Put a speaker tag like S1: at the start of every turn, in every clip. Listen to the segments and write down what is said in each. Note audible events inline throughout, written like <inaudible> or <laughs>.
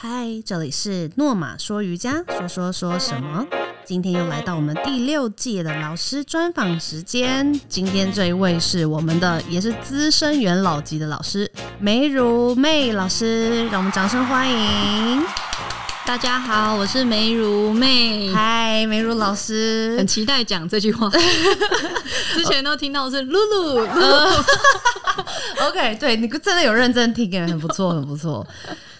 S1: 嗨，这里是诺玛说瑜伽，说说说什么？今天又来到我们第六届的老师专访时间。今天这一位是我们的，也是资深元老级的老师梅如妹老师，让我们掌声欢迎。
S2: 大家好，我是梅如妹，
S1: 嗨，梅如老师
S2: 很，期待讲这句 <laughs> 话。之前都听到是露露，呃
S1: OK，对你真的有认真听耶，很不错，很不错。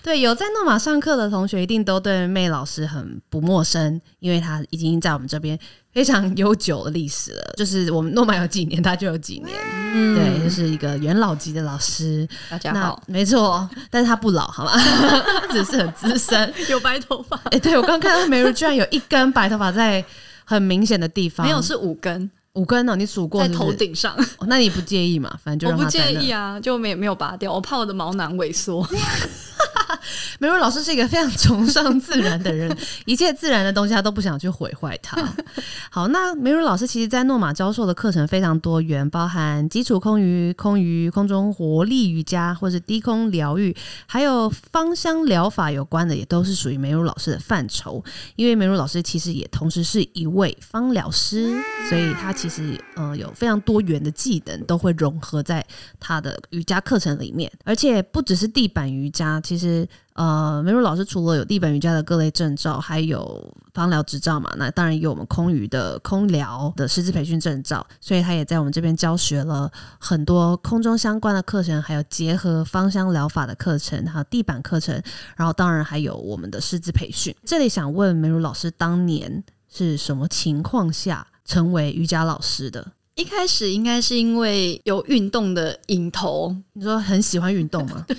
S1: 对，有在诺玛上课的同学一定都对妹老师很不陌生，因为她已经在我们这边非常悠久的历史了。就是我们诺玛有几年，她就有几年，
S2: 嗯
S1: 对，就是一个元老级的老师。
S2: 大家
S1: 那
S2: 好，
S1: 没错，但是她不老，好吗？ <laughs> 只是很资深。
S2: 有白头发
S1: 哎、对我刚看到梅如居然有一根白头发在很明显的地方，
S2: 没有是五根
S1: 五根哦，你数过
S2: 在
S1: 是不是
S2: 头、顶上，
S1: 哦那你不介意嘛？反正就
S2: 我
S1: 让
S2: 不
S1: 她在
S2: 介
S1: 那
S2: 意啊，就没没有拔掉，我怕我的毛囊萎缩。
S1: 梅如老师是一个非常崇尚自然的人，一切自然的东西他都不想去毁坏它。好，那梅如老师其实，在诺玛教授的课程非常多元，包含基础空余、空余、空中活力瑜伽，或是低空疗愈，还有芳香疗法有关的，也都是属于梅如老师的范畴。因为梅如老师其实也同时是一位芳疗师，所以他其实呃有非常多元的技能都会融合在他的瑜伽课程里面，而且不只是地板瑜伽，其实呃，梅如老师除了有地板瑜伽的各类证照，还有芳疗执照嘛，那当然也有我们空余的空疗的师资培训证照，所以他也在我们这边教学了很多空中相关的课程，还有结合芳香疗法的课程，还有地板课程，然后当然还有我们的师资培训。这里想问梅如老师，当年是什么情况下成为瑜伽老师的？
S2: 一开始应该是因为有运动的瘾头，
S1: 你说很喜欢运动吗？对，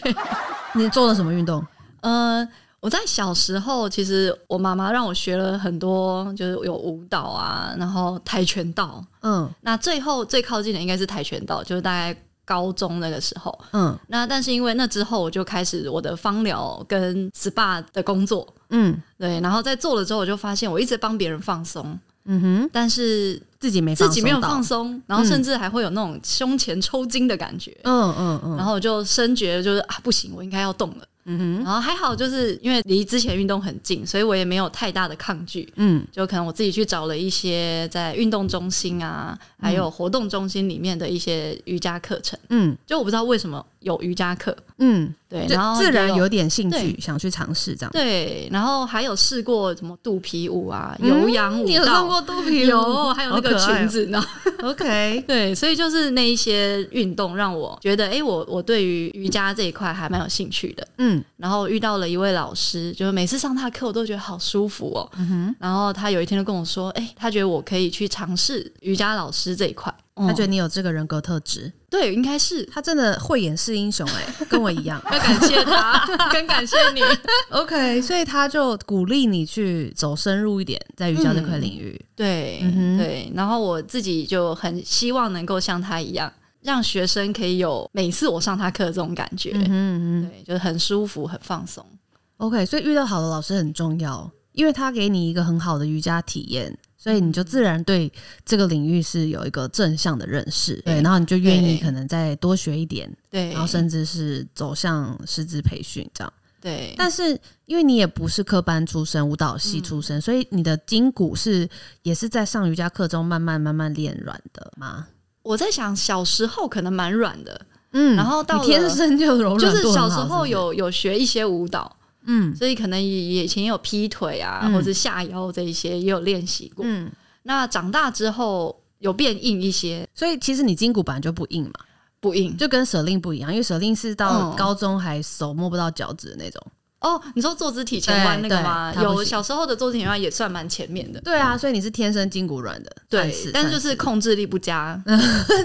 S1: 你做了什么运动？
S2: 呃，我在小时候，其实我妈妈让我学了很多，就是有舞蹈啊，然后跆拳道。
S1: 嗯
S2: 那最后最靠近的应该是跆拳道，就是大概高中那个时候。
S1: 嗯
S2: 那但是因为那之后，我就开始我的芳疗跟 SPA 的工作。
S1: 嗯
S2: 对，然后在做了之后，我就发现我一直帮别人放松，
S1: 嗯哼，
S2: 但是
S1: 自己没
S2: 自己没有
S1: 到
S2: 放松，然后甚至还会有那种胸前抽筋的感觉。
S1: 嗯嗯嗯，
S2: 然后我就深觉就是啊，不行，我应该要动了。
S1: 嗯哼，
S2: 然后还好，就是因为离之前运动很近，所以我也没有太大的抗拒。
S1: 嗯
S2: 就可能我自己去找了一些在运动中心啊，还有活动中心里面的一些瑜伽课程。
S1: 嗯
S2: 就我不知道为什么有瑜伽课，
S1: 嗯，
S2: 对，
S1: 就
S2: 然后
S1: 自然
S2: 也
S1: 有点兴趣，
S2: 对
S1: 想去尝试这样。
S2: 对，然后还有试过什么肚皮舞啊、
S1: 嗯
S2: 有氧舞
S1: 你有
S2: 蹈
S1: 上过肚皮舞？
S2: 有，还有那个
S1: 好可爱哦
S2: 裙子呢。
S1: <laughs> OK，
S2: <laughs> 对，所以就是那一些运动让我觉得，哎、我我对于瑜伽这一块还蛮有兴趣的。
S1: 嗯
S2: 然后遇到了一位老师，就是每次上他的课我都觉得好舒服哦。
S1: 嗯
S2: 然后他有一天就跟我说，哎、他觉得我可以去尝试瑜伽老师这一块。嗯
S1: 他觉得你有这个人格特质，
S2: 对，应该是
S1: <laughs> 他真的慧眼识英雄哎、 <laughs> 跟我一样。
S2: 要感谢他，跟感谢你。
S1: OK，所以他就鼓励你去走深入一点，在瑜伽这块领域。
S2: 对、
S1: 嗯哼
S2: 对，然后我自己就很希望能够像他一样，让学生可以有每次我上他课的这种感觉，
S1: 嗯哼嗯哼
S2: 对，就是很舒服、很放松。
S1: ，OK，所以遇到好的老师很重要，因为他给你一个很好的瑜伽体验。所以你就自然对这个领域是有一个正向的认识，对，
S2: 对
S1: 然后你就愿意
S2: 对
S1: 可能再多学一点，
S2: 对，
S1: 然后甚至是走向师资培训这样。
S2: 对，
S1: 但是因为你也不是科班出身，舞蹈系出身，所以你的筋骨是也是在上瑜伽课中慢慢慢慢练软的嘛。
S2: 我在想，小时候可能蛮软的，
S1: 嗯
S2: 然后到
S1: 你
S2: 了
S1: 天生就柔软度很好，
S2: 就是小时候
S1: 是不是
S2: 有有学一些舞蹈，
S1: 嗯
S2: 所以可能也也以前有劈腿啊，
S1: 嗯
S2: 或者下腰这一些也有练习过。
S1: 嗯，
S2: 那长大之后有变硬一些，
S1: 所以其实你筋骨本来就不硬嘛，
S2: 不硬
S1: 就跟舍令不一样，因为舍令是到
S2: 嗯
S1: 高中还手摸不到脚趾的那种。
S2: 哦。你说坐姿体前弯那
S1: 对
S2: 个吗？
S1: 对它不
S2: 有
S1: 行
S2: 小时候的坐姿体前弯也算蛮前面的，
S1: 对啊，所以你是天生筋骨软的，
S2: 对
S1: 算，
S2: 但是就
S1: 算
S2: 是控制力不佳，
S1: <laughs>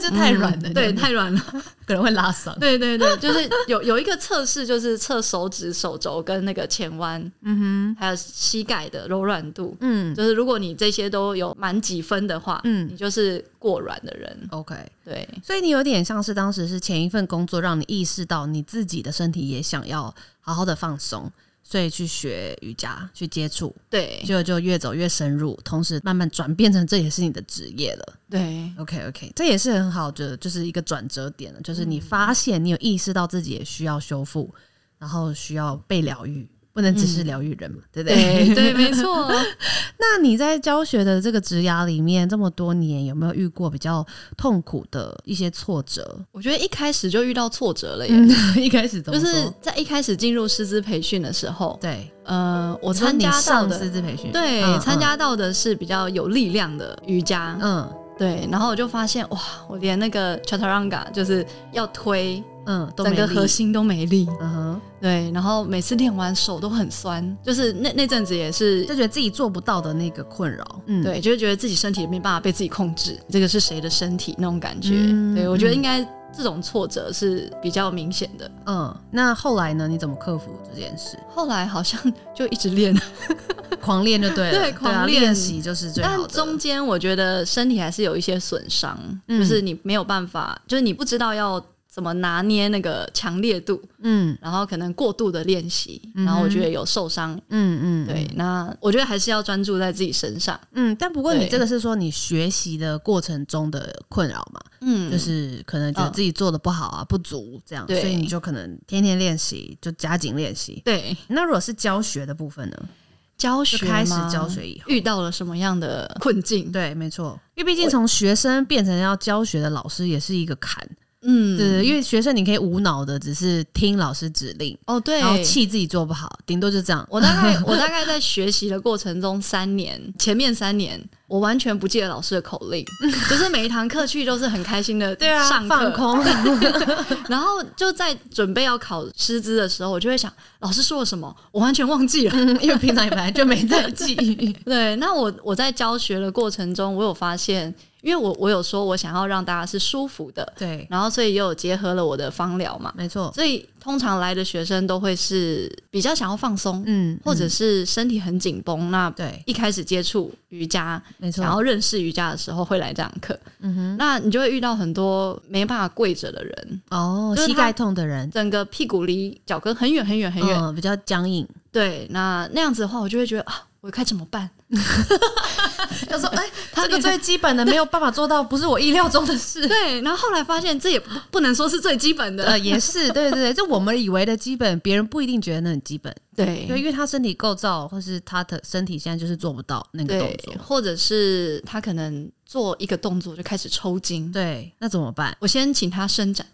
S1: 这太软了，这
S2: 嗯对，
S1: 样
S2: 太软 <laughs> 了，
S1: 可能会拉伤。
S2: 对对对，就是有有一个测试，就是测手指、手肘跟那个前弯，嗯哼，还有膝盖的柔软度，
S1: 嗯
S2: 就是如果你这些都有满几分的话，
S1: 嗯
S2: 你就是过软的人，
S1: ，OK。
S2: 对。
S1: 所以你有点像是当时是前一份工作让你意识到你自己的身体也想要好好的放松，所以去学瑜伽去接触，
S2: 对
S1: 就就越走越深入，同时慢慢转变成这也是你的职业了。
S2: 对
S1: OK OK，这也是很好的，就是一个转折点
S2: 嗯
S1: 了，就是你发现你有意识到自己也需要修复，然后需要被疗愈。不能只是疗愈人嘛，对不对？
S2: 嗯 <laughs> 对对，没错。
S1: <laughs> 那你在教学的这个职涯里面这么多年，有没有遇过比较痛苦的一些挫折？
S2: 我觉得一开始就遇到挫折了耶，
S1: 嗯， <laughs> 一开始怎
S2: 就
S1: 么说？
S2: 是在一开始进入师资培训的时候，
S1: 对，
S2: 呃，我
S1: 我
S2: 参加到
S1: 上
S2: 的
S1: 师资培训，
S2: 对，
S1: 嗯
S2: 参加到的是比较有力量的瑜伽，
S1: 嗯
S2: 对，然后我就发现哇，我连那个 chaturanga 就是要推，
S1: 嗯，都
S2: 整个
S1: 没力
S2: 核，心都没力，
S1: 嗯哼，
S2: 对，然后每次练完手都很酸，就是那那阵子也是
S1: 就。觉得自己做不到的那个困扰，嗯，
S2: 对，就是觉得自己身体没办法被自己控制，这个是谁的身体那种感觉。
S1: 嗯
S2: 对我觉
S1: 嗯
S2: 得应该这种挫折是比较明显的。
S1: 嗯，那后来呢？你怎么克服这件事？
S2: 后来好像 <laughs> 就一直练，
S1: 狂练就对了，
S2: 对
S1: 啊
S2: 狂练
S1: 练习就是最好
S2: 但
S1: 的。
S2: 中间我觉得身体还是有一些损伤，
S1: 嗯
S2: 就是你没有办法，就是你不知道要怎么拿捏那个强烈度，
S1: 嗯
S2: 然后可能过度的练习，
S1: 嗯哼
S2: 然后我觉得有受伤。
S1: 嗯嗯，
S2: 对，那我觉得还是要专注在自己身上。
S1: 嗯，但不过你
S2: 对
S1: 这个是说你学习的过程中的困扰嘛，
S2: 嗯，
S1: 就是可能觉得
S2: 嗯
S1: 自己做的不好啊、不足这样，所
S2: 对
S1: 以你就可能天天练习，就加紧练习。
S2: 对
S1: 那如果是教学的部分呢？
S2: 教
S1: 就
S2: 学
S1: 开始
S2: 吗
S1: 教学以后，
S2: 遇到了什么样的困境？
S1: 对，没错，因为毕竟从学生变成要教学的老师也是一个坎，
S2: 嗯，
S1: 对，因为学生你可以无脑的只是听老师指令，
S2: 哦对
S1: 然。后气自己做不好，顶多就这样。
S2: 我
S1: <laughs>
S2: 大概我大概在学习的过程中，三年前面三年，我完全不记得老师的口
S1: <laughs>
S2: 令，就是每一堂课去都是很开心的上课
S1: 啊放，空，
S2: 然后就在准备要考师资的时候，我就会想老师说了什么，我完全忘记了。
S1: 因为平常也本来就没在记。
S2: 对，那我我在教学的过程中，我有发现，因为我我有说我想要让大家是舒服的，
S1: <laughs> 对，
S2: 然后所以也有结合了我的芳疗嘛，
S1: 没错，
S2: 所以通常来的学生都会是比较想要放松，
S1: 嗯，
S2: 或者
S1: 嗯
S2: 是身体很紧绷，那
S1: 对，
S2: 一开始接触瑜伽，
S1: 没错
S2: 想，要认识瑜伽的时候会来这堂课，
S1: 嗯哼，
S2: 那你就会遇到很多没办法跪着的人，
S1: 哦，
S2: 就是
S1: 膝
S2: 他
S1: 盖痛的人，
S2: 整个屁股离脚跟很远很远很远。
S1: 嗯，比较僵硬，
S2: 对，那那样子的话，我就会觉得啊，我该怎么办？
S1: 就说哎，
S2: 他
S1: 这个
S2: 连
S1: 最基本的没有办法做到，不是我意料中的事。
S2: 对，然后后来发现这也不不能说是最基本的，
S1: <laughs> 呃，也是，对对对，这我们以为的基本，别人不一定觉得那很基本，对，
S2: 对
S1: 因为他身体构造或是他的身体现在就是做不到那个动
S2: 对，
S1: 作，
S2: 或者是他可能做一个动作就开始抽筋，
S1: 对，那怎么办？
S2: 我先请他伸展，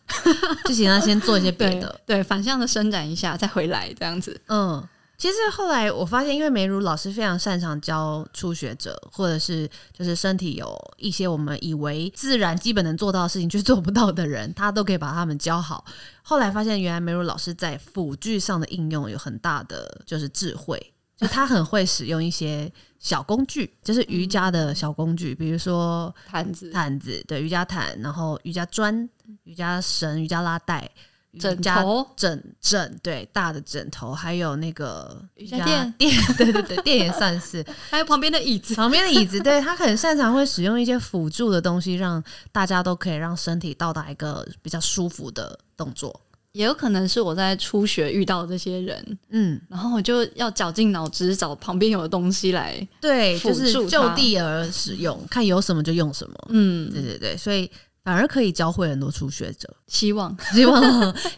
S1: 就请他先做一些别的，
S2: 对，反向的伸展一下再回来这样子，
S1: 嗯，其实后来我发现，因为梅如老师非常擅长教初学者，或者是就是身体有一些我们以为自然基本能做到的事情却做不到的人，他都可以把他们教好。后来发现，原来梅如老师在辅具上的应用有很大的就是智慧。就他很会使用一些小工具，就是瑜伽的小工具，比如说
S2: 毯子、
S1: 毯子，对，瑜伽毯，然后瑜伽砖、瑜伽绳、瑜伽拉带、瑜
S2: 枕
S1: 伽
S2: 头，
S1: 枕枕对大的枕头，还有那个
S2: 瑜伽垫
S1: 垫， <laughs> 对对对，垫也算是
S2: 还有旁边的椅子，
S1: 旁边的椅子，对他很擅长会使用一些辅助的东西，让大家都可以让身体到达一个比较舒服的动作。
S2: 也有可能是我在初学遇到这些人，
S1: 嗯，
S2: 然后我就要绞尽脑汁找旁边有的东西来，
S1: 对，
S2: 辅
S1: 就是
S2: 助它
S1: 就地而使用，看有什么就用什么。对
S2: 嗯，
S1: 对对，所以反而可以教会很多初学者。 <laughs>
S2: 希望
S1: 希望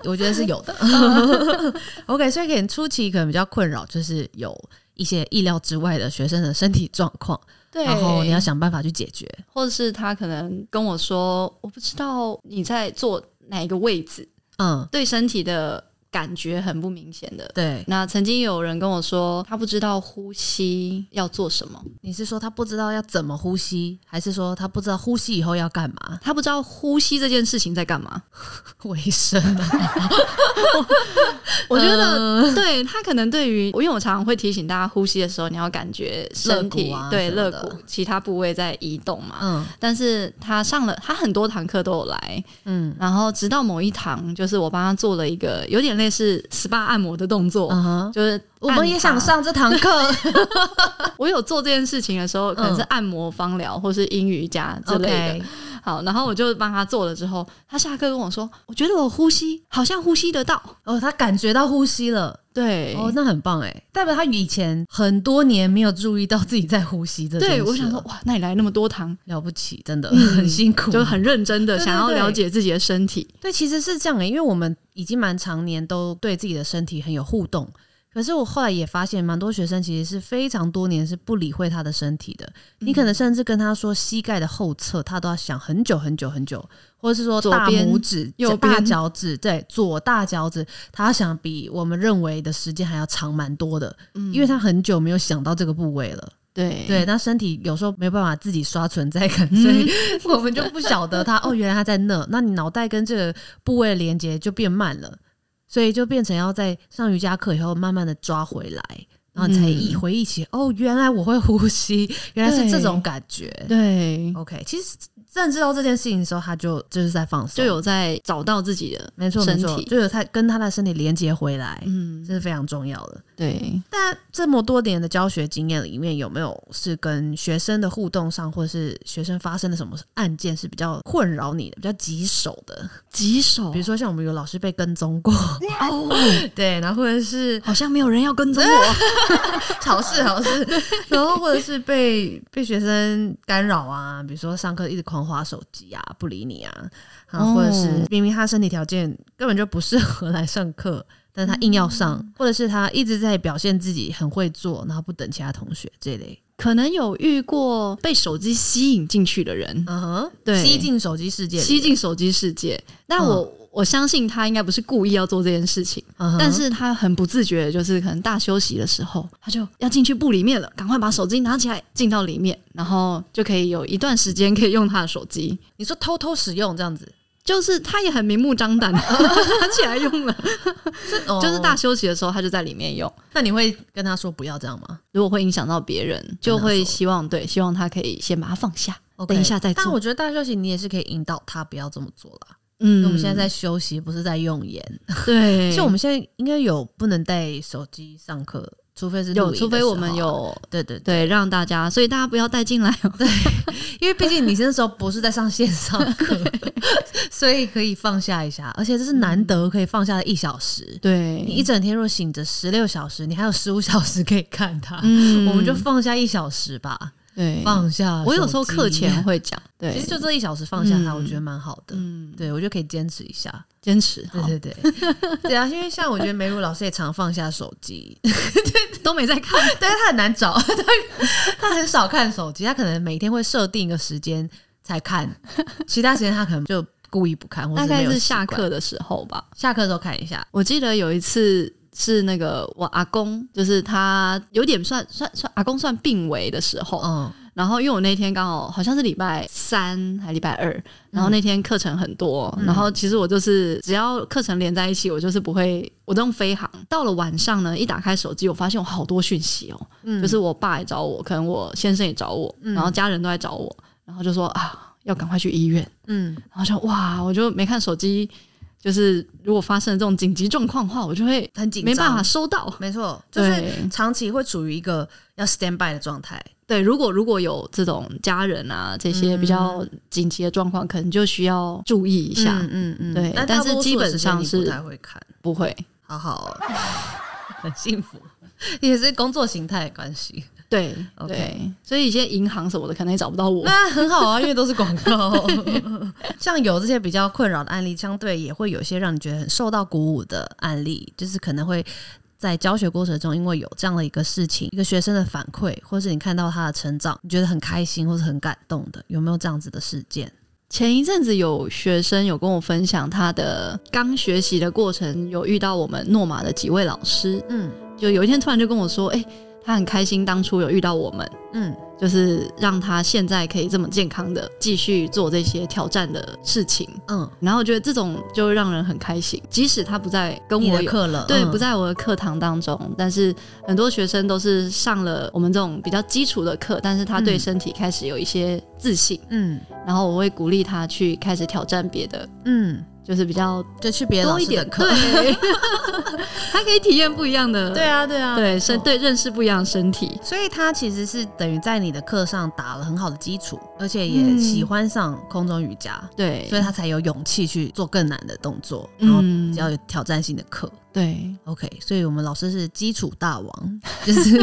S1: 我觉得是有
S2: <laughs>
S1: 的。OK，所以可能初期可能比较困扰，就是有一些意料之外的学生的身体状况，
S2: 对，
S1: 然后你要想办法去解决。
S2: 或者是他可能跟我说，我不知道你在做哪一个位置，
S1: 嗯，
S2: 对身体的感觉很不明显的。
S1: 对，
S2: 那曾经有人跟我说，他不知道呼吸要做什么，
S1: 你是说他不知道要怎么呼吸，还是说他不知道呼吸以后要干嘛？
S2: 他不知道呼吸这件事情在干嘛。
S1: <laughs> 卫生啊，
S2: 我觉得，
S1: 嗯
S2: 对他可能对于，因为我常常会提醒大家，呼吸的时候你要感觉身体
S1: 肋骨啊
S2: 对
S1: 什么
S2: 肋
S1: 的
S2: 骨其他部位在移动嘛。
S1: 嗯
S2: 但是他上了，他很多堂课都有来，
S1: 嗯
S2: 然后直到某一堂，就是我帮他做了一个有点类似 SPA 按摩的动作，
S1: 嗯哼，
S2: 就是
S1: 我们也想
S2: 按
S1: 上这堂课 <laughs>
S2: 它。我有做这件事情的时候，可能是按摩、芳疗或是英语家之类的。
S1: ，OK，
S2: 好，然后我就帮他做了之后，他下课跟我说：“我觉得我呼吸好像呼吸得到。
S1: 哦，他感觉到呼吸了，”
S2: 对，
S1: 哦，那很棒哎，代表他以前很多年没有注意到自己在呼吸这件事
S2: 对
S1: 了。
S2: 我想说，哇，那你来那么多堂，
S1: 了不起，真的、
S2: 嗯
S1: 很辛苦，
S2: 就很认真的
S1: 对对
S2: 想要
S1: 对
S2: 了解自己的身体。
S1: 欸对，其实是这样诶、因为我们已经蛮常年都对自己的身体很有互动，可是我后来也发现，蛮多学生其实是非常多年是不理会他的身体的。你
S2: 嗯
S1: 可能甚至跟他说膝盖的后侧，他都要想很久很久很久，或者是说
S2: 左
S1: 大
S2: 边
S1: 拇指、
S2: 右
S1: 大
S2: 边
S1: 脚趾，对，左大脚趾，他要想比我们认为的时间还要长蛮多的，因为他很久没有想到这个部位了。
S2: 嗯对
S1: 对，那身体有时候没办法自己刷存在感，
S2: 嗯
S1: 所以 <laughs> 我们就不晓得它哦，原来它在那。那你脑袋跟这个部位的连接就变慢了，所以就变成要在上瑜伽课以后慢慢的抓回来，然后你才忆
S2: 嗯
S1: 回忆起、哦，原来我会呼吸，原来是这种
S2: 对
S1: 感觉。
S2: 对，
S1: OK，其实认知到这件事情的时候，他就就是在放松，
S2: 就有在找到自己的，
S1: 没错没
S2: 身
S1: 错，
S2: 体
S1: 就有他跟他的身体连接回来，
S2: 嗯，
S1: 这是非常重要的。
S2: 对，
S1: 但这么多年的教学经验里面，有没有是跟学生的互动上，或者是学生发生的什么案件是比较困扰你的、比较棘手的？
S2: 棘手
S1: 比如说像我们有老师被跟踪过，
S2: 哦，
S1: <laughs> 对，然后或者是
S2: <laughs> 好像没有人要跟踪我，
S1: 考试考试，然后或者是被被学生干扰啊，比如说上课一直狂划手机啊，不理你啊，然后或者是
S2: 哦
S1: 明明他身体条件根本就不适合来上课。但他硬要上，或者是他一直在表现自己很会做，然后不等其他同学这一类。
S2: <laughs> 可能有遇过被手机吸引进去的人，
S1: 嗯哼，
S2: 对
S1: 吸进手机世界里，
S2: 吸进手机世界，但我、我相信他应该不是故意要做这件事情。
S1: 嗯哼，
S2: 但是他很不自觉，就是可能大休息的时候，他就要进去部里面了，赶快把手机拿起来进到里面，然后就可以有一段时间可以用他的手机。
S1: 你说偷偷使用这样子，
S2: 就是他也很明目张胆的 <laughs> 拿起来用了，
S1: 就
S2: 就是大，休息的时候他就在里面用。
S1: 那你会跟他说不要这样吗？
S2: 如果会影响到别人，就会希望对，希望他可以先把它放下
S1: OK，
S2: 等一下再
S1: 但我
S2: 做。
S1: 觉得大休息你也是可以引导他不要这么做啦。因
S2: 嗯
S1: 为我们现在在休息，不是在用眼。
S2: 在 <laughs> 对，
S1: 就我们现在应该有不能带手机上课，除非是录
S2: 有，
S1: 影
S2: 除
S1: 的
S2: 非
S1: 时
S2: 我们
S1: 候啊，
S2: 有
S1: 对对对，
S2: 对让大家，所以大家不要带进来哦。对，
S1: 因为毕竟你那时候不是在上线上
S2: <laughs>
S1: 课，所以可以放下一下，而且这是难得可以放下的一小时。
S2: 嗯 <laughs>
S1: 你一整天若醒着十六小时，你还有十五小时可以看它。
S2: 嗯
S1: 我们就放下一小时吧，
S2: 对。
S1: 放下。
S2: 我有时候课前，会讲，对，
S1: 其实就这一小时放下它，
S2: 嗯
S1: 我觉得蛮好的。
S2: 嗯，
S1: 对，我就可以坚持一下。
S2: 坚持，好
S1: 对对 <laughs> 对，对啊，因为像我觉得梅如老师也常放下手 <laughs> 机，
S2: 都没在看。
S1: 但是他很难找， <laughs> 他他很少看手机，他可能每天会设定一个时间才看，其他时间他可能就故意不看，或
S2: 大
S1: 没
S2: 概
S1: 有
S2: 是
S1: 习
S2: 下
S1: 惯
S2: 课的时候吧。
S1: 下课的时候看一下。
S2: 我记得有一次是那个我阿公，就是他有点算算算阿公算病危的时候，
S1: 嗯
S2: 然后因为我那天刚好好像是礼拜三还礼拜二，然后那天课程很多，然后其实我就是只要课程连在一起，我就是不会，我都用飞行。到了晚上呢，一打开手机，我发现我好多讯息哦，
S1: 嗯，
S2: 就是我爸也找我，可能我先生也找我，
S1: 嗯
S2: 然后家人都在找我，然后就说啊，要赶快去医院。
S1: 嗯
S2: 然后就哇，我就没看手机，就是如果发生这种紧急状况的话，我就会
S1: 很紧张，
S2: 没办法，收到。
S1: 没错，就是
S2: 对
S1: 长期会处于一个要 stand by 的状态。
S2: 对，如果如果有这种家人啊这些比较紧急的状况，可能就需要注意一下，
S1: 嗯嗯
S2: 对但
S1: 大
S2: 是
S1: 多数
S2: 基
S1: 的
S2: 本
S1: 时间
S2: 上
S1: 你
S2: 是
S1: 不太会看，
S2: 不会。
S1: 好好、 <laughs> 哦，很幸福， <laughs> 也是工作形态的关系。
S2: 对
S1: OK
S2: 对，所以一些银行什么的可能也找不到我。
S1: 那很好啊，因为都是广 <laughs> 告。像有这些比较困扰的案例，相对也会有一些让你觉得很受到鼓舞的案例，就是可能会。在教学过程中，因为有这样的一个事情，一个学生的反馈，或是你看到他的成长，你觉得很开心或是很感动的，有没有这样子的事件？
S2: 前一阵子有学生有跟我分享他的刚学习的过程，有遇到我们诺玛的几位老师，
S1: 嗯
S2: 就有一天突然就跟我说，哎、他很开心当初有遇到我们，
S1: 嗯
S2: 就是让他现在可以这么健康的继续做这些挑战的事情。
S1: 嗯，
S2: 然后我觉得这种就会让人很开心，即使他不在跟
S1: 你
S2: 我
S1: 的
S2: 有。
S1: 课了，
S2: 对，
S1: 嗯
S2: 不在我的课堂当中，但是很多学生都是上了我们这种比较基础的课，但是他对
S1: 嗯
S2: 身体开始有一些自信，
S1: 嗯
S2: 然后我会鼓励他去开始挑战别的，
S1: 嗯，
S2: 就是比较
S1: 就去别的老
S2: 多一
S1: 师的
S2: 点
S1: 课，
S2: 对， <laughs> 他可以体验不一样的，
S1: 对啊对啊，
S2: 对
S1: 是
S2: 身对认识不一样的身体，
S1: 所以他其实是等于在你的课上打了很好的基础，而且也
S2: 嗯
S1: 喜欢上空中瑜伽，
S2: 对，
S1: 所以他才有勇气去做更难的动作，然后比
S2: 嗯，
S1: 较有挑战性的课。
S2: 对
S1: OK，所以我们老师是基础大王， <laughs> 就是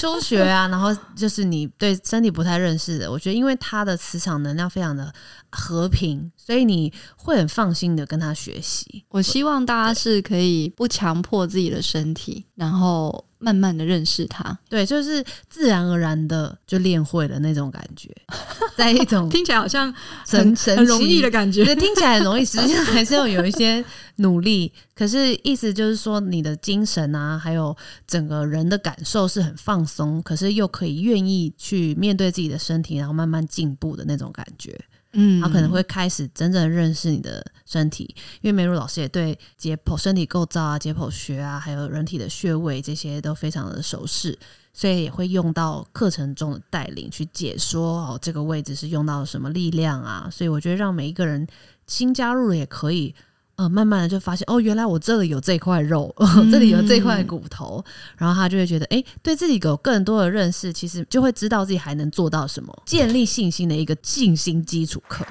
S1: 初学啊，然后就是你对身体不太认识的，我觉得因为他的磁场能量非常的和平，所以你会很放心的跟他学习。
S2: 我希望大家是可以不强迫自己的身体，然后慢慢的认识它。
S1: 对，就是自然而然的就练会了那种感觉，
S2: <laughs>
S1: 在一种
S2: 听起来好像
S1: 神神
S2: 很容易
S1: 的。
S2: 的感觉。
S1: 对，听起来很容易，实际上还是要有一些努力。可是意思就是说，你的精神啊，还有整个人的感受是很放松，可是又可以愿意去面对自己的身体，然后慢慢进步的那种感觉。
S2: <laughs> 嗯
S1: 他可能会开始真正认识你的身体，因为梅如老师也对解剖、身体构造啊、解剖学啊，还有人体的穴位这些都非常的熟识，所以也会用到课程中的带领去解说哦，这个位置是用到了什么力量啊，所以我觉得让每一个人新加入了也可以。呃，慢慢的就发现哦，原来我这里有这块肉， <laughs> 这里有这块骨头，然后他就会觉得，哎、对自己有更多的认识，其实就会知道自己还能做到什么，建立信心的一个信心基础
S2: <laughs>
S1: 课。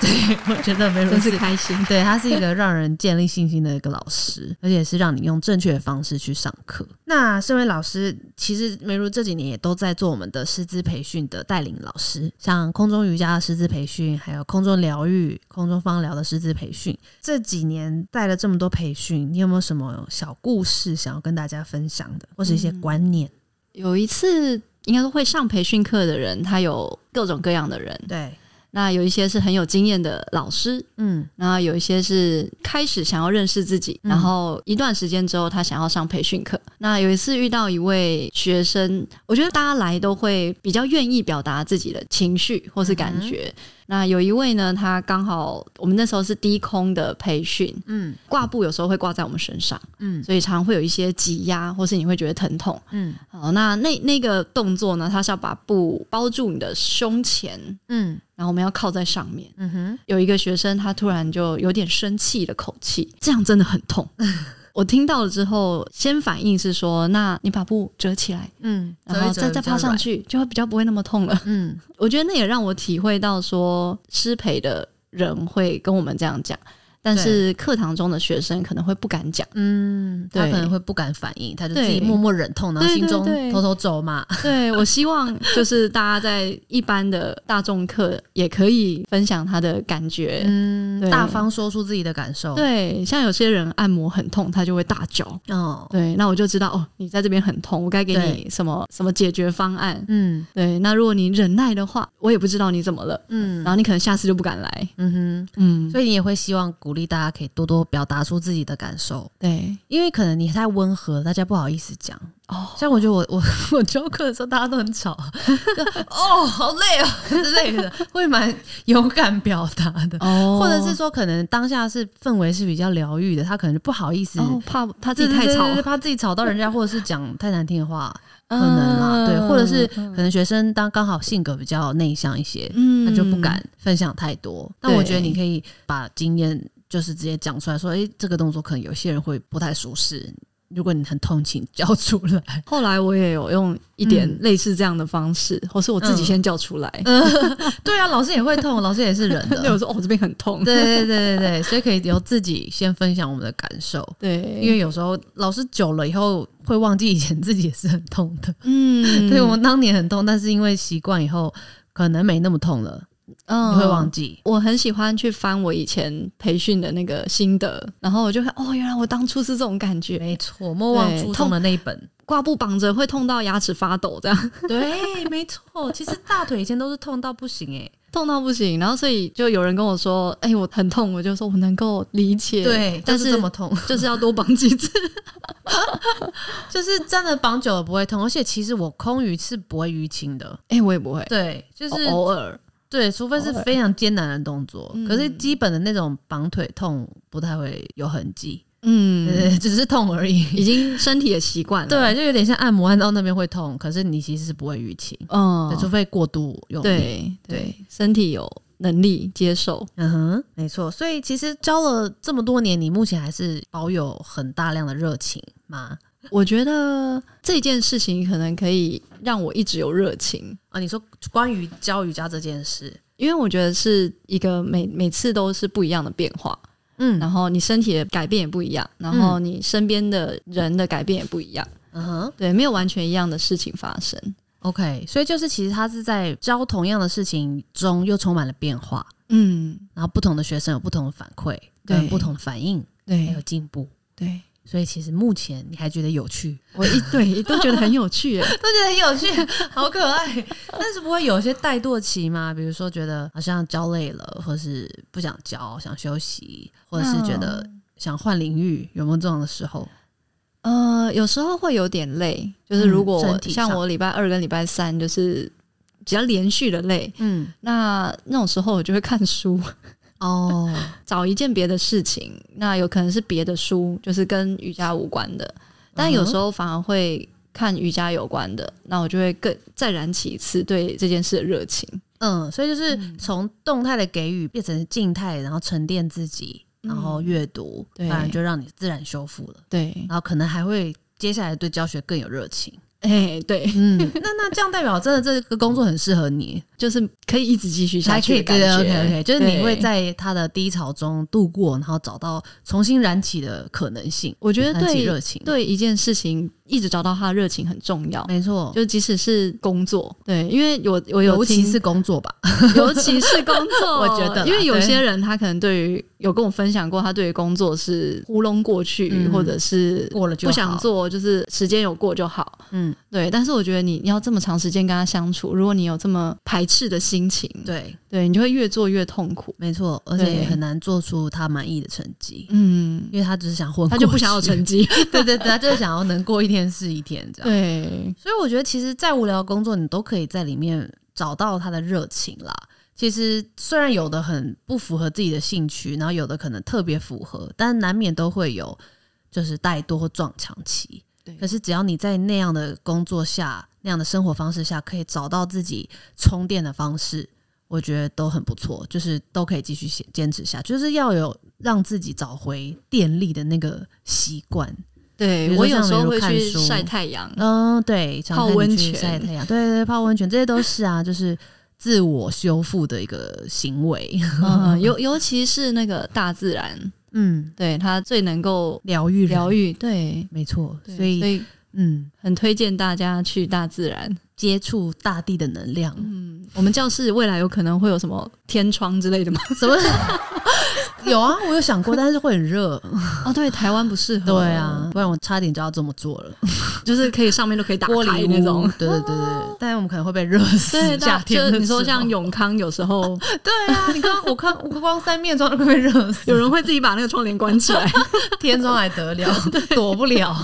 S1: 对，我觉得没有
S2: 真是开心。
S1: <laughs> 对他是一个让人建立信心的一个老师，而且是让你用正确的方式去上课。那身为老师，其实梅如这几年也都在做我们的师资培训的带领老师，像空中瑜伽的师资培训，还有空中疗愈、空中芳疗的师资培训。这几年带了这么多培训，你有没有什么小故事想要跟大家分享的，或是一
S2: 嗯
S1: 些观念？
S2: 有一次，应该说会上培训课的人，他有各种各样的人。
S1: 对，
S2: 那有一些是很有经验的老师，
S1: 嗯
S2: 然后有一些是开始想要认识自己，
S1: 嗯
S2: 然后一段时间之后，他想要上培训课。那有一次遇到一位学生，我觉得大家来都会比较愿意表达自己的情绪或是感觉。
S1: 嗯
S2: 那有一位呢，他刚好我们那时候是低空的培训，
S1: 嗯
S2: 挂布有时候会挂在我们身上，
S1: 嗯
S2: 所以常会有一些挤压，或是你会觉得疼痛。
S1: 嗯
S2: 好，那那那个动作呢，它是要把布包住你的胸前，
S1: 嗯
S2: 然后我们要靠在上面。
S1: 嗯哼，
S2: 有一个学生他突然就有点生气的口气，这样真的很痛。 <laughs> 我听到了之后，先反应是说，那你把布折起来，
S1: 嗯，
S2: 然后再再趴上，去，就会比较不会那么痛了。 <laughs>
S1: 嗯
S2: 我觉得那也让我体会到说，失陪的人会跟我们这样讲，但是课堂中的学生可能会不敢讲。
S1: 嗯，他
S2: 对
S1: 可能会不敢反应，他就自己
S2: 对
S1: 默默忍痛，然后
S2: 对
S1: 心
S2: 对
S1: 中
S2: 对
S1: 偷偷咒骂。
S2: 对我希望就是大家在一般的大众课也可以分享他的感觉。
S1: 嗯
S2: 对
S1: 大方说出自己的感受。，
S2: 对，像有些人按摩很痛，他就会大叫。
S1: 哦，
S2: 对，那我就知道哦，你在这边很痛，我该给你
S1: 对
S2: 什么什么解决方案。
S1: 嗯
S2: 对，那如果你忍耐的话，我也不知道你怎么了，
S1: 嗯
S2: 然后你可能下次就不敢来。
S1: 嗯
S2: 嗯
S1: 哼，，所以你也会希望鼓励大家可以多多表达出自己的感受，
S2: 对，
S1: 因为可能你太温和了，大家不好意思讲。
S2: 哦，
S1: 像我觉得我 <laughs> 我我教课的时候，大家都很吵，就哦，好累哦之类的，会蛮勇敢表达的。
S2: 哦
S1: 或者是说，可能当下是氛围是比较疗愈的，他可能就不好意思
S2: 哦，怕他
S1: 自
S2: 自
S1: 己
S2: 己
S1: 太
S2: 太
S1: 吵，
S2: 吵，
S1: 怕自己吵到人家，或者是讲太难听的话，可能啦，对，
S2: 嗯
S1: 或者是可能学生当刚好性格比较内向一些，
S2: 嗯
S1: 他就不敢分享太多。但我觉得
S2: 对
S1: 你可以把经验就是直接讲出来，说，诶，这个动作可能有些人会不太舒适，如果你很痛，请叫出来。
S2: 嗯后来我也有用一点
S1: 嗯
S2: 类似这样的方式，或是我自己
S1: 嗯
S2: 先叫出来，
S1: <laughs> 对啊，老师也会痛，老师也是 <laughs> 人
S2: <laughs> 对，我
S1: 的。
S2: 说哦，我这边很痛，
S1: 对对对对对，所以可以由自己先分享我们的感受，
S2: 对，
S1: 因为有时候老师久了以后会忘记以前自己也是很痛的。
S2: 嗯，
S1: 对我们当年很痛，但是因为习惯以后，可能没那么痛了，
S2: 嗯
S1: 你会忘记。
S2: 我很喜欢去翻我以前培训的那个心得，然后我就看哦，原来我当初是这种感觉，
S1: 没错，莫忘
S2: 对
S1: 初衷
S2: 痛
S1: 的那一 <laughs> 本。
S2: 挂布绑着会痛到牙齿发抖，这样 <laughs>
S1: 对，没错。其实大腿以前都是痛到不行哎、
S2: 痛到不行。然后所以就有人跟我说：“哎、我很痛。”我就说我能够理解，
S1: 对，
S2: 但
S1: 但
S2: 是
S1: 是这么痛，
S2: 就是要多绑几次。
S1: <laughs> 就是真的绑久了不会痛，而且其实我空余是不会淤青的。
S2: <laughs> 哎、我也不会，
S1: 对，哦就是
S2: 偶偶尔
S1: 对，除非是
S2: 偶尔
S1: 非常艰难的动作，
S2: 嗯
S1: 可是基本的那种绑腿痛不太会有痕迹，<laughs>
S2: 嗯，
S1: 对，只是痛而已。
S2: 已经身体也习惯了。，
S1: 对，就有点像按摩按到那边会痛，可是你其实是不会淤青，
S2: 嗯
S1: 对，，除非过度用力。
S2: 对对，身体有能力接受。
S1: 嗯哼，没错。所以其实教了这么多年，你目前还是保有很大量的热情吗？
S2: 我觉得这件事情可能可以让我一直有热情。
S1: 啊，你说关于教瑜伽这件事，
S2: 因为我觉得是一个每每次都是不一样的变化。
S1: 嗯
S2: 然后你身体的改变也不一样，然后你身边的人的改变也不一样，
S1: 嗯哼
S2: 对，没有完全一样的事情发生。
S1: ，OK，所以就是其实他是在教同样的事情中又充满了变化，
S2: 嗯，
S1: 然后不同的学生有不同的反馈，
S2: 对
S1: 跟不同的反应，还
S2: 对
S1: 有进步。
S2: 对，
S1: 所以其实目前你还觉得有趣，
S2: 我一 <laughs> 对都觉得很有趣耶，
S1: 都觉得很有趣， <laughs> 好可爱。但是不会有一些怠惰期吗？比如说觉得好像教累了，或是不想教，想休息，或者是觉得想换领域，有没有这种的时候？
S2: <laughs> 呃，有时候会有点累，就是如
S1: 嗯
S2: 果
S1: 身体上
S2: 像我礼拜二跟礼拜三就是比较连续的累，
S1: 嗯，
S2: 那那种时候我就会看书，
S1: 哦，
S2: 找一件别的事情。那有可能是别的书，就是跟瑜伽无关的，但有时候反而会看瑜伽有关的，那我就会更再燃起一次对这件事的热情。
S1: 嗯，所以就是从动态的给予变成静态，然后沉淀自己，
S2: 嗯
S1: 然后阅读，
S2: 对
S1: 当然就让你自然修复了，
S2: 对，
S1: 然后可能还会接下来对教学更有热情。
S2: 哎，对，
S1: 嗯， <laughs> 那那这样代表真的这个工作很适合你，
S2: 就是可以一直继续下
S1: 还可
S2: 去
S1: 以
S2: 的感
S1: 对
S2: 觉。
S1: OK OK，就是你
S2: 对
S1: 会在它的低潮中度过，然后找到重新燃起的可能性，
S2: 我觉得
S1: 燃起
S2: 呃对
S1: 热情。，
S2: 对一件事情一直找到他的热情很重要。
S1: 没错，
S2: 就即使是工作，对，因为我我有
S1: 尤其
S2: 听
S1: 是工作吧。
S2: <laughs> 尤其是工 <laughs> 作，
S1: 我觉得啦
S2: 因为有
S1: 对
S2: 些人他可能对于有跟我分享过，他对于工作是糊弄过去，
S1: 嗯
S2: 或者是
S1: <laughs> 过了就
S2: 不想
S1: 好
S2: 做，就是时间有过就好。
S1: 嗯，
S2: 对，但是我觉得你要这么长时间跟他相处，如果你有这么排斥的心情，
S1: 对，
S2: 对你就会越做越痛苦。
S1: 没错，而且
S2: 嗯对
S1: 也很难做出他满意的成绩，
S2: 嗯，
S1: 因为他只是想混，
S2: 他就不想
S1: <laughs>
S2: 要成
S1: 绩。
S2: 绩。
S1: 对对对，他就是想要能过一天是一天这样。
S2: 对，
S1: 所以我觉得，其实再无聊的工作，你都可以在里面找到他的热情啦。其实虽然有的很不符合自己的兴趣，然后有的可能特别符合，但难免都会有就是怠惰或撞墙期
S2: 对。
S1: 可是只要你在那样的工作下、那样的生活方式下，可以找到自己充电的方式，我觉得都很不错，就是都可以继续坚坚持下去，就是要有让自己找回电力的那个习惯。比
S2: 对
S1: 如说
S2: 我有
S1: 像
S2: 时候
S1: 比如
S2: 会
S1: 看
S2: 去
S1: 书
S2: 晒太阳。
S1: 嗯，对，常
S2: 泡
S1: 看你
S2: 温
S1: 去
S2: 泉
S1: 晒太阳，对对对，泡温泉，这些都是啊，就是自我修复的一个行为。 <laughs>
S2: 嗯，尤尤其是那个大自然，
S1: 嗯，
S2: 对它最能够
S1: 疗愈人
S2: 疗，愈。对，
S1: 没错。
S2: 对
S1: 所以，
S2: 所以
S1: 嗯，
S2: 很推荐大家去大自然。
S1: 接触大地的能量，
S2: 嗯，我们教室未来有可能会有什么天窗之类的吗？
S1: 什
S2: <laughs>
S1: 么有啊？我有想过，但是会很
S2: <laughs>
S1: 热。
S2: 哦，对，台湾不适合。
S1: 对啊，，不然我差点就要这么做了。
S2: 就是可以上面都可以打
S1: 玻
S2: 开
S1: 璃
S2: 那种
S1: 屋。对对对
S2: <laughs>
S1: 对，但是我们可能会被热死
S2: 对，。
S1: 夏
S2: 大
S1: 天
S2: 就
S1: 的
S2: 是你说
S1: <laughs> 时候
S2: 像永康，有时候
S1: 对啊，你刚刚我看我光三面妆都快被热
S2: <laughs>
S1: 死了。
S2: <laughs> 有人会自己把那个窗帘关起来。
S1: 天窗还得了，躲不了，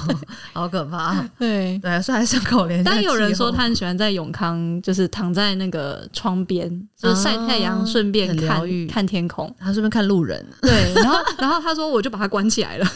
S1: 好可
S2: <laughs>
S1: 怕。
S2: <laughs> 对，
S1: 对，所以还是要考量。
S2: 但有人说他，很喜欢在永康，就是躺在那个窗边，就是晒太阳，
S1: 啊
S2: 顺便
S1: 很疗
S2: 看
S1: 愈
S2: 看天空。
S1: 他顺便看路
S2: <laughs>
S1: 人，啊
S2: 对，然后然后他说我就把它关起 <laughs> 来了，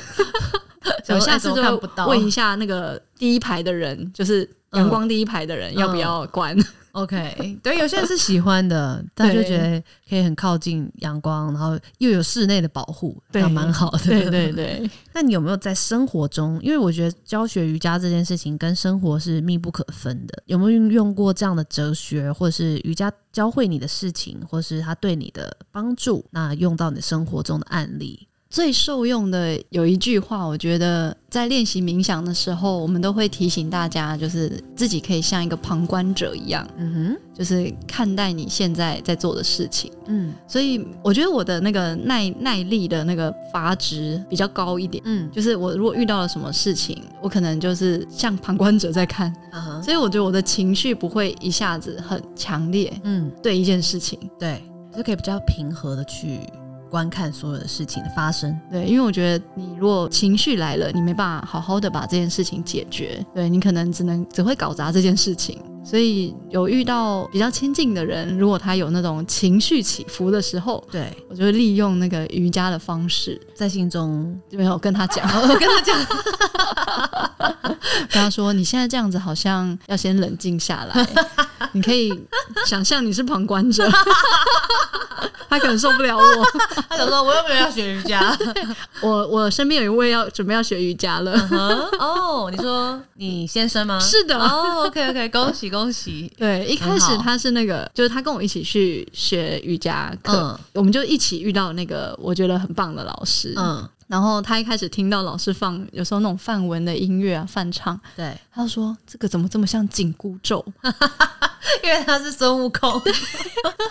S1: 想说
S2: 我下
S1: 哎
S2: 次
S1: 怎么看
S2: 就
S1: 不到。
S2: 问一下那个第一排的人，就是阳光第一排的人
S1: 嗯
S2: 要不要关。
S1: <laughs> OK，对，有些人是喜欢的，他就
S2: 对
S1: 觉得可以很靠近阳光，然后又有室内的保护，
S2: 对
S1: 那蛮好的。
S2: <laughs> 对对对，
S1: <laughs> 那你有没有在生活中？因为我觉得教学瑜伽这件事情跟生活是密不可分的。有没有运用过这样的哲学，或是瑜伽教会你的事情，或是它对你的帮助？那用到你生活中的案例？
S2: 最受用的有一句话，我觉得在练习冥想的时候，我们都会提醒大家，就是自己可以像一个旁观者一样，
S1: 嗯
S2: 就是看待你现在在做的事情。
S1: 哼，嗯
S2: 所以我觉得我的那个耐耐力的那个阀值比较高一点。
S1: 嗯
S2: 就是我如果遇到了什么事情，我可能就是像旁观者在看，
S1: 啊哈
S2: 所以我觉得我的情绪不会一下子很强烈
S1: 嗯，
S2: 对一件事情。
S1: 对，就可以比较平和的去观看所有的事情的发生。
S2: 对，因为我觉得你如果情绪来了，你没办法好好的把这件事情解决，对你可能只能只会搞砸这件事情。所以有遇到比较亲近的人，如果他有那种情绪起伏的时候，
S1: 对，
S2: 我就会利用那个瑜伽的方式，
S1: 在心中，
S2: 没有跟他讲，
S1: <laughs> 我跟他讲，
S2: 跟他说你现在这样子好像要先 <laughs> 冷静下来，你可以想象你是旁观者，他可能受不了我。
S1: 他想说我又没有要学瑜伽。
S2: 我我身边有一位要准备要学瑜伽了，
S1: 嗯 <laughs> 哦，你说你先生吗？
S2: 是的
S1: 哦，OK OK，恭喜恭喜。
S2: 对，一开始
S1: 很好
S2: 他是那个，就是他跟我一起去学瑜伽课，
S1: 嗯
S2: 我们就一起遇到那个我觉得很棒的老师。
S1: 嗯，
S2: 然后他一开始听到老师放有时候那种梵文的音乐啊，梵唱，
S1: 对，
S2: 他就说这个怎么这么像紧箍咒， <laughs>
S1: 因为他是孙悟空。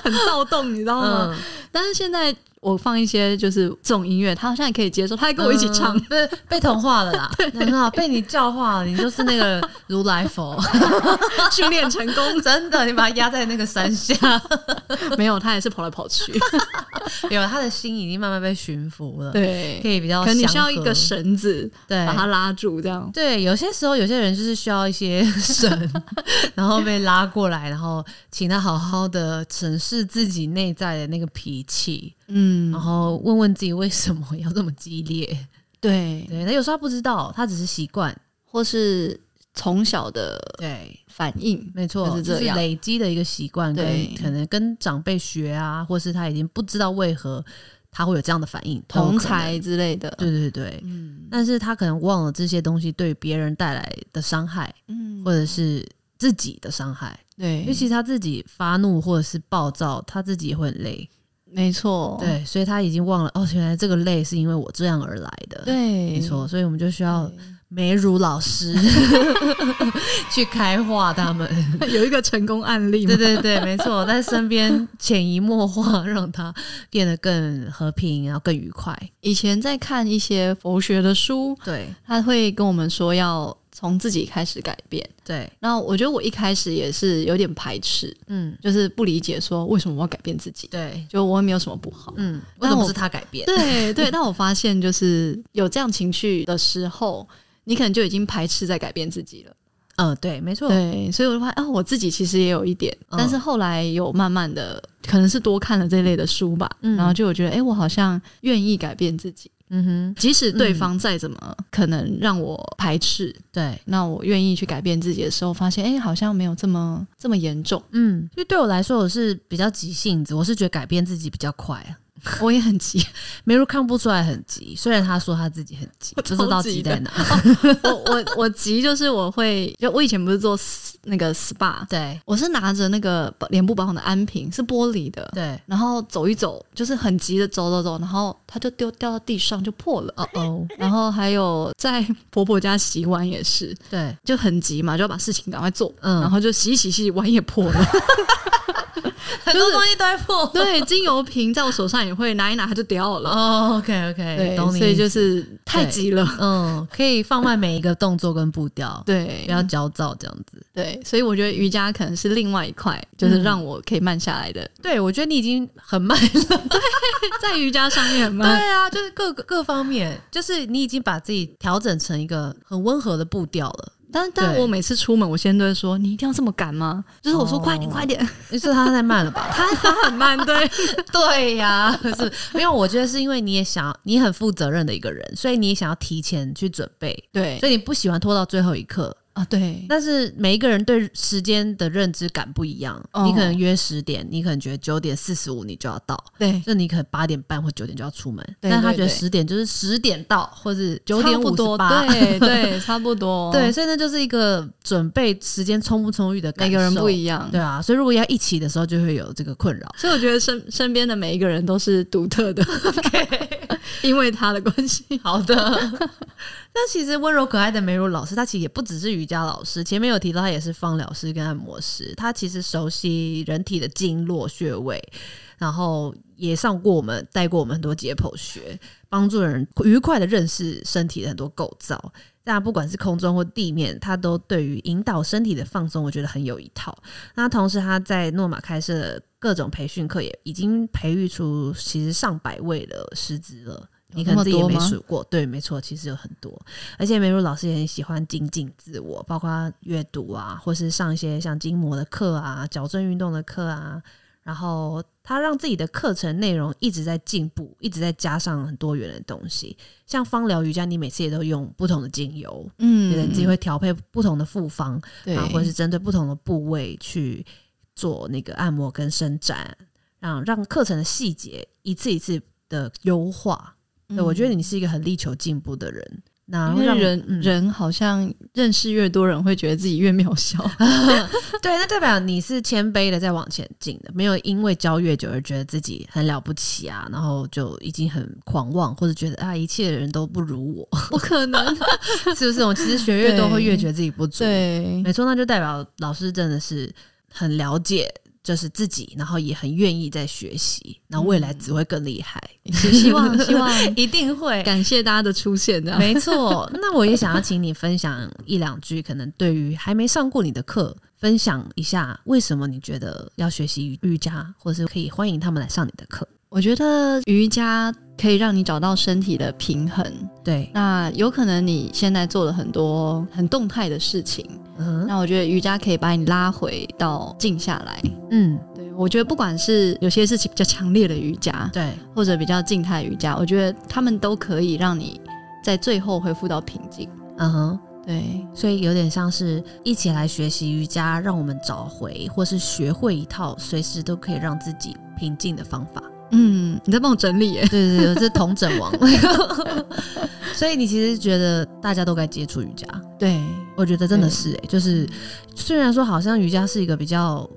S2: 很躁动，你知道吗？
S1: 嗯，
S2: 但是现在我放一些就是这种音乐，他好像也可以接受，他还跟我一起唱。
S1: 嗯被被同化了啦，很好，被你教化了，你就是那个如来 <laughs> 佛，嗯
S2: <laughs> 训练成
S1: <laughs>
S2: 功
S1: 真的，你把他压在那个山下，
S2: 没有，他也是跑来跑去。
S1: 有他的心已经慢慢被驯服了，
S2: 对
S1: 可，以比较
S2: 可
S1: 祥和，
S2: 能你需要一个绳子
S1: 对
S2: 把。它拉住，这样。
S1: 对，有些时候有些人就是需要一些 <laughs> 神，然后被拉过来，然后请他好好的审视自己内在的那个脾气，
S2: 嗯
S1: 然，后问问自己为什么要这么激烈。
S2: 对，
S1: 对，那有时候他不知道，他只是习惯。
S2: 或是从小的
S1: 对，
S2: 反应。
S1: 没错，
S2: 就是这
S1: 是
S2: 样
S1: 累积的一个习惯，跟
S2: 对
S1: 可能跟长辈学啊，或是他已经不知道为何他会有这样的反应，都有
S2: 同
S1: 可能
S2: 才之类的，
S1: 对对对，
S2: 嗯
S1: 但是他可能忘了这些东西对别人带来的伤害，
S2: 嗯
S1: 或者是自己的伤害，
S2: 对
S1: 因为，其实他自己发怒或者是暴躁，他自己也会很累，
S2: 没错，
S1: 对，所以他已经忘了哦，原来这个累是因为我这样而来的，，
S2: 对，
S1: 没错，所以我们就需
S2: 对，
S1: 要梅如老师去开化他们，
S2: <laughs> 有一个成功案例嘛，
S1: 对对对，没错，在身边潜移默化，让他变得更和平，然后更愉快，
S2: 以前在看一些佛学的书，
S1: 对
S2: 他会跟我们说要从自己开始改变。
S1: 对，
S2: 然后我觉得我一开始也是有点排斥，
S1: 嗯
S2: 就是不理解说为什么我要改变自己，
S1: 对。
S2: 就我也没有什么不好。
S1: 嗯，为
S2: 但
S1: 什么
S2: 我
S1: 是他改变？
S2: 对 <laughs> 对，但我发现就是有这样情绪的时候，你可能就已经排斥在改变自己了。
S1: 嗯，对，没错，
S2: 对，所以我就发现啊、我自己其实也有一点，
S1: 嗯
S2: 但是后来有慢慢的，可能是多看了这类的书吧，
S1: 嗯
S2: 然后就有觉得，哎、我好像愿意改变自己，
S1: 嗯哼，
S2: 即使对方再怎么、可能让我排斥，
S1: 对，
S2: 那我愿意去改变自己的时候，发现哎、诶好像没有这么这么严 <laughs> 重。
S1: 嗯，因为对我来说，我是比较急性子，我是觉得改变自己比较快啊。
S2: 我也很急，
S1: 梅如看不出来很急，虽然她说她自己很 <laughs> 急，不知道急在哪。
S2: 我我我急就是我会，就我以前不是做 s- 那个 SPA，
S1: 对
S2: 我是拿着那个保脸部保养的安瓶，是玻璃的。
S1: <laughs> 对，
S2: 然后走一走，就是很急的走走走，然后它就丢掉到地上就破了。
S1: 哦哦，
S2: <laughs> 然后还有在婆婆家洗碗也是，
S1: 对，
S2: 就很急嘛，就要把事情赶快做，
S1: 嗯
S2: 然后就洗一洗洗碗也破了。 <laughs>
S1: 很多东西都在破。
S2: 对，精油瓶在我手上也会拿一拿它就掉了。
S1: 哦，OK OK，
S2: 对，
S1: 懂你意思。
S2: 所以就是太
S1: 对
S2: 急了。
S1: 嗯，可以放慢每一个动作跟步调，
S2: 对
S1: 不，要焦躁这样子。
S2: 对，所以我觉得瑜伽可能是另外一块，就是让我可以慢下来的，
S1: 对，我觉得你已经很慢
S2: <laughs> 在瑜伽上面
S1: <laughs> 对
S2: 嘛。
S1: 啊，就是各个各方面，就是你已经把自己调整成一个很温和的步调了。
S2: 但但
S1: 对
S2: 我每次出门，我先都会说：“你一定要这么赶吗？”就是我说：“
S1: 哦
S2: 快点，快点
S1: 你是他太慢了吧？！”
S2: <laughs> 他他很慢，对，
S1: <laughs> 对呀、是没有。我觉得是因为你也想，你很负责任的一个人，所以你也想要提前去准备，
S2: 对
S1: 所以你不喜欢拖到最后一刻。
S2: 啊，对，
S1: 但是每一个人对时间的认知感不一样，
S2: 哦
S1: 你可能约十点，你可能觉得九点四十五你就要到，
S2: 对，
S1: 就你可能八点半或九点就要出门，
S2: 对
S1: 但他
S2: 对
S1: 觉得
S2: 对
S1: 十点就是十点到，或是九点
S2: 差不
S1: 五十
S2: 多，
S1: 八。
S2: 对
S1: <laughs>
S2: 哦对，差不多，
S1: 对，，所以那就是一个准备时间充不充裕的感
S2: 每
S1: 受，
S2: 个人不一样。
S1: 对啊，所以如果要一起的时候，就会有这个困
S2: <laughs>
S1: 扰。 <laughs>
S2: 所以我觉得身身边的每一个人都是独特的， <laughs> 因为他的关 <laughs> 系。
S1: 好的，那其实温柔可爱的梅如老师，她其实也不只是瑜伽老师，前面有提到她也是芳疗师跟按摩师，她其实熟悉人体的经络穴位，然后也上过我们带过我们很多解剖学，帮助人愉快的认识身体的很多构造。那不管是空中或地面，她都对于引导身体的放松，我觉得很有一套。那同时，她在诺玛开设的各种培训课，也已经培育出其实上百位的师资了。
S2: 有
S1: 你可
S2: 那
S1: 能
S2: 么
S1: 自己也
S2: 多
S1: 没
S2: 吗
S1: 数过，对，没错，其实有很多。而且梅如老师也很喜欢精进自我，包括阅读啊，或是上一些像筋膜的课啊、矫正运动的课啊。然后他让自己的课程内容一直在进步，一直在加上很多元的东西。像芳疗瑜伽，你每次也都用不同的精油，
S2: 嗯
S1: 对、嗯，自己会调配不同的复方，
S2: 对
S1: 啊，，或者是针对不同的部位去做那个按摩跟伸展。让让课程的细节一次一次的优化。对，我觉得你是一个很力求进步的人。那
S2: 嗯因为
S1: 让
S2: 人、
S1: 嗯
S2: 人好像认识越多人，会觉得自己越渺小。
S1: <laughs> 对，那代表你是谦卑的在往前进的，没有因为教越久而觉得自己很了不起啊，然后就已经很狂妄，或者觉得啊一切人都不如我，
S2: <laughs>
S1: <laughs>
S2: 不可能。
S1: 是不是？我其实学越多
S2: 对
S1: 会越觉得自己不足。
S2: <laughs> 对，
S1: 没错，那就代表老师真的是很了解，就是自己，然后也很愿意在学习，然后未来只会更厉 <laughs> 害，
S2: 希望希望
S1: <laughs> 一定会。 <laughs>
S2: 感谢大家的出现，这样
S1: 没错，那我也想要请你分享一两句，可能对于还没上过你的课，分享一下为什么你觉得要学习瑜伽，或是可以欢迎他们来上你的课。
S2: 我觉得瑜伽可以让你找到身体的平衡。
S1: 对，
S2: 那有可能你现在做了很多很动态的事情，
S1: 嗯
S2: 那我觉得瑜伽可以把你拉回到静下来。
S1: 嗯，
S2: 对我觉得不管是有些事情比较强烈的瑜伽，
S1: 对，
S2: 或者比较静态瑜伽，我觉得他们都可以让你在最后恢复到平静。
S1: 嗯哼，
S2: 对，
S1: 所以有点像是一起来学习瑜伽，让我们找回或是学会一套随时都可以让自己平静的方法。
S2: 嗯，你在帮我整理耶？
S1: <laughs> 对对对，我是同枕王。 <laughs> 所以你其实觉得大家都该接触瑜伽，
S2: 对，
S1: 我觉得真的是哎、就是虽然说好像瑜伽是一个比较。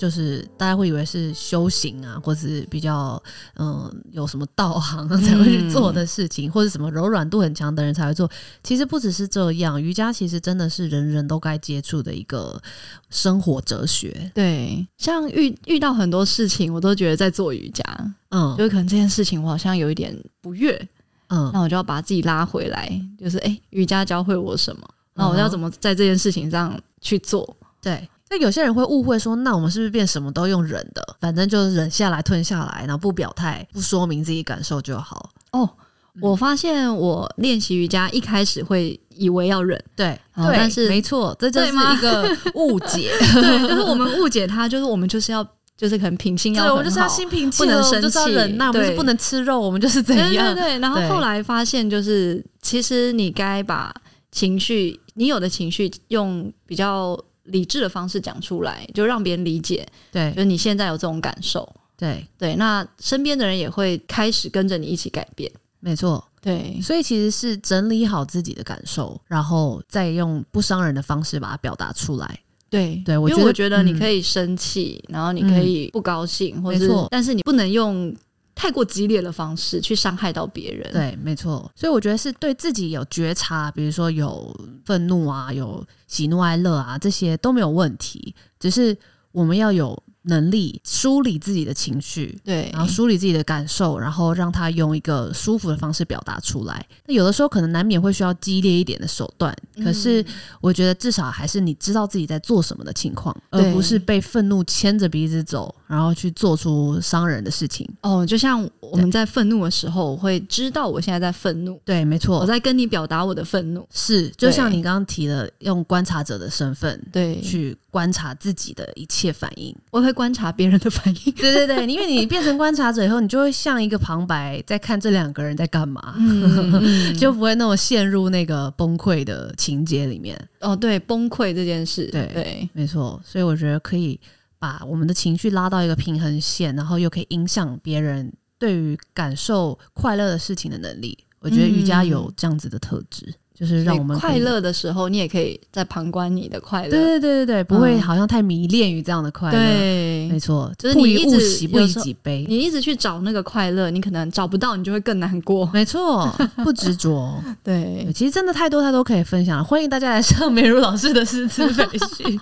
S1: 就是大家会以为是修行啊，或是比较嗯、有什么道行啊 <laughs> 才会去做的事情，或者什么柔软度很强的人才会做。其实不只是这样，瑜伽其实真的是人人都该接触的一个生活哲学。
S2: 对，像遇遇到很多事情，我都觉得在做瑜伽，
S1: 嗯
S2: 就是可能这件事情我好像有一点不悦，
S1: 嗯，
S2: 那我就要把自己拉回来，就是诶，瑜伽教会我什么？那我要怎么在这件事情上去做？
S1: 对，那有些人会误会说，那我们是不是变什么都用忍的？反正就是忍下来、吞下来，然后不表态、不说明自己感受就好。
S2: 哦，我发现我练习瑜伽一开始会以为要忍，
S1: 对，
S2: 哦
S1: 对，
S2: 但是
S1: 没错，这就是
S2: 对吗
S1: 一个误解。
S2: <laughs> 对，就是我们误解它，就是我们就是要，就是可能品性要
S1: <laughs> 对，
S2: 很
S1: 我
S2: 好，
S1: 们就是要心平气
S2: 不
S1: 和，
S2: 能
S1: 我们就是要
S2: 生气
S1: 忍耐，我们就是
S2: 对
S1: 不能吃肉，我们就是怎
S2: 对对
S1: 样。
S2: 对。然后
S1: 对
S2: 后来发现，就是其实你该把情绪，你有的情绪用比较理智的方式讲出来，就让别人理解，
S1: 对
S2: 就是你现在有这种感受。
S1: 对，
S2: 对，那身边的人也会开始跟着你一起改变。
S1: 没错。
S2: 对，
S1: 所以其实是整理好自己的感受，然后再用不伤人的方式把它表达出来。
S2: 对
S1: 对我
S2: 因
S1: 觉
S2: 为
S1: 得
S2: 我觉得嗯你
S1: 嗯
S2: 可以生气，然后你可以不高兴，或
S1: 没
S2: 者是
S1: 错，
S2: 但是你不能用太过激烈的方式去伤害到别人。
S1: 对，没错。所以我觉得是对自己有觉察，比如说有愤怒啊，有喜怒哀乐啊，这些都没有问题。只是我们要有能力梳理自己的情绪，
S2: 对，
S1: 然后梳理自己的感受，然后让他用一个舒服的方式表达出来。那有的时候可能难免会需要激烈一点的手段，
S2: 嗯
S1: 可是我觉得至少还是你知道自己在做什么的情况，而
S2: 对
S1: 不是被愤怒牵着鼻子走，然后去做出伤人的事情。
S2: 哦，就像我们在愤怒的时候，我会知道我现在在愤怒，
S1: 对，没错
S2: 我。在跟你表达我的愤怒。
S1: 是，就
S2: 对
S1: 像你刚刚提的，用观察者的身份
S2: 对，
S1: 去观察自己的一切反应。
S2: 我会观察别人的反
S1: <laughs>
S2: 应。
S1: 对对对，因为你变成观察者以后，你就会像一个旁白，在看这两个人在干嘛，
S2: 嗯
S1: 就不会那么陷入那个崩溃的情节里面。
S2: 哦，对，崩溃这件事，
S1: 对
S2: 对
S1: 没错，所以我觉得可以把我们的情绪拉到一个平衡线，然后又可以影响别人对于感受快乐的事情的能力。我觉得瑜伽
S2: 嗯
S1: 有这样子的特质，就是让我们可
S2: 快
S1: 以
S2: 乐的时候，你也可以在旁观你的快乐。
S1: 对对对对对，不会
S2: 嗯
S1: 好像太迷恋于这样的快乐。没
S2: 对，
S1: 错，
S2: 就是
S1: 不
S2: 你
S1: 以
S2: 一
S1: 物
S2: 直
S1: 喜，不
S2: 有
S1: 以
S2: 时候
S1: 己悲。
S2: 你一直去找那个快乐，你可能找不到，你就会更难过。
S1: 没错，不执着。
S2: <laughs>
S1: <laughs>
S2: 对
S1: 对，其实真的太多太多可以分享了，欢迎大家来上美如老师的师资培训。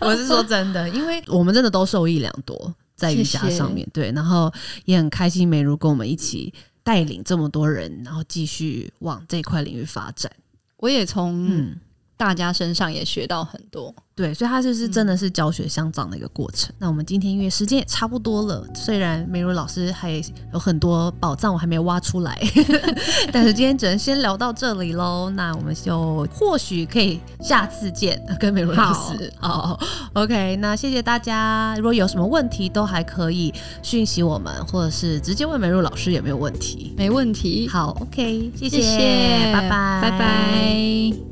S1: 我是说真的，因为我们真的都受益良多在瑜伽
S2: 谢谢
S1: 上面。对，然后也很开心美如跟我们一起带领这么多人，然后继续往这块领域发展。
S2: <laughs> 我也从
S1: 嗯
S2: 大家身上也学到很多。
S1: 对，所以它就是真的是教学相长的一个过程。那我们今天因为时间也差不多了，虽然美如老师还有很多宝藏我还没挖出来， <laughs> 但是今天只能先聊到这里喽。那我们就或许可以下次见， <laughs> 跟美如老师。 <laughs> 哦，OK，那谢谢大家。如果有什么问题，都还可以讯息我们，或者是直接问美如老师也没有问题。
S2: 没问题，
S1: 好，OK，谢
S2: 谢谢，
S1: 拜拜，
S2: 拜拜。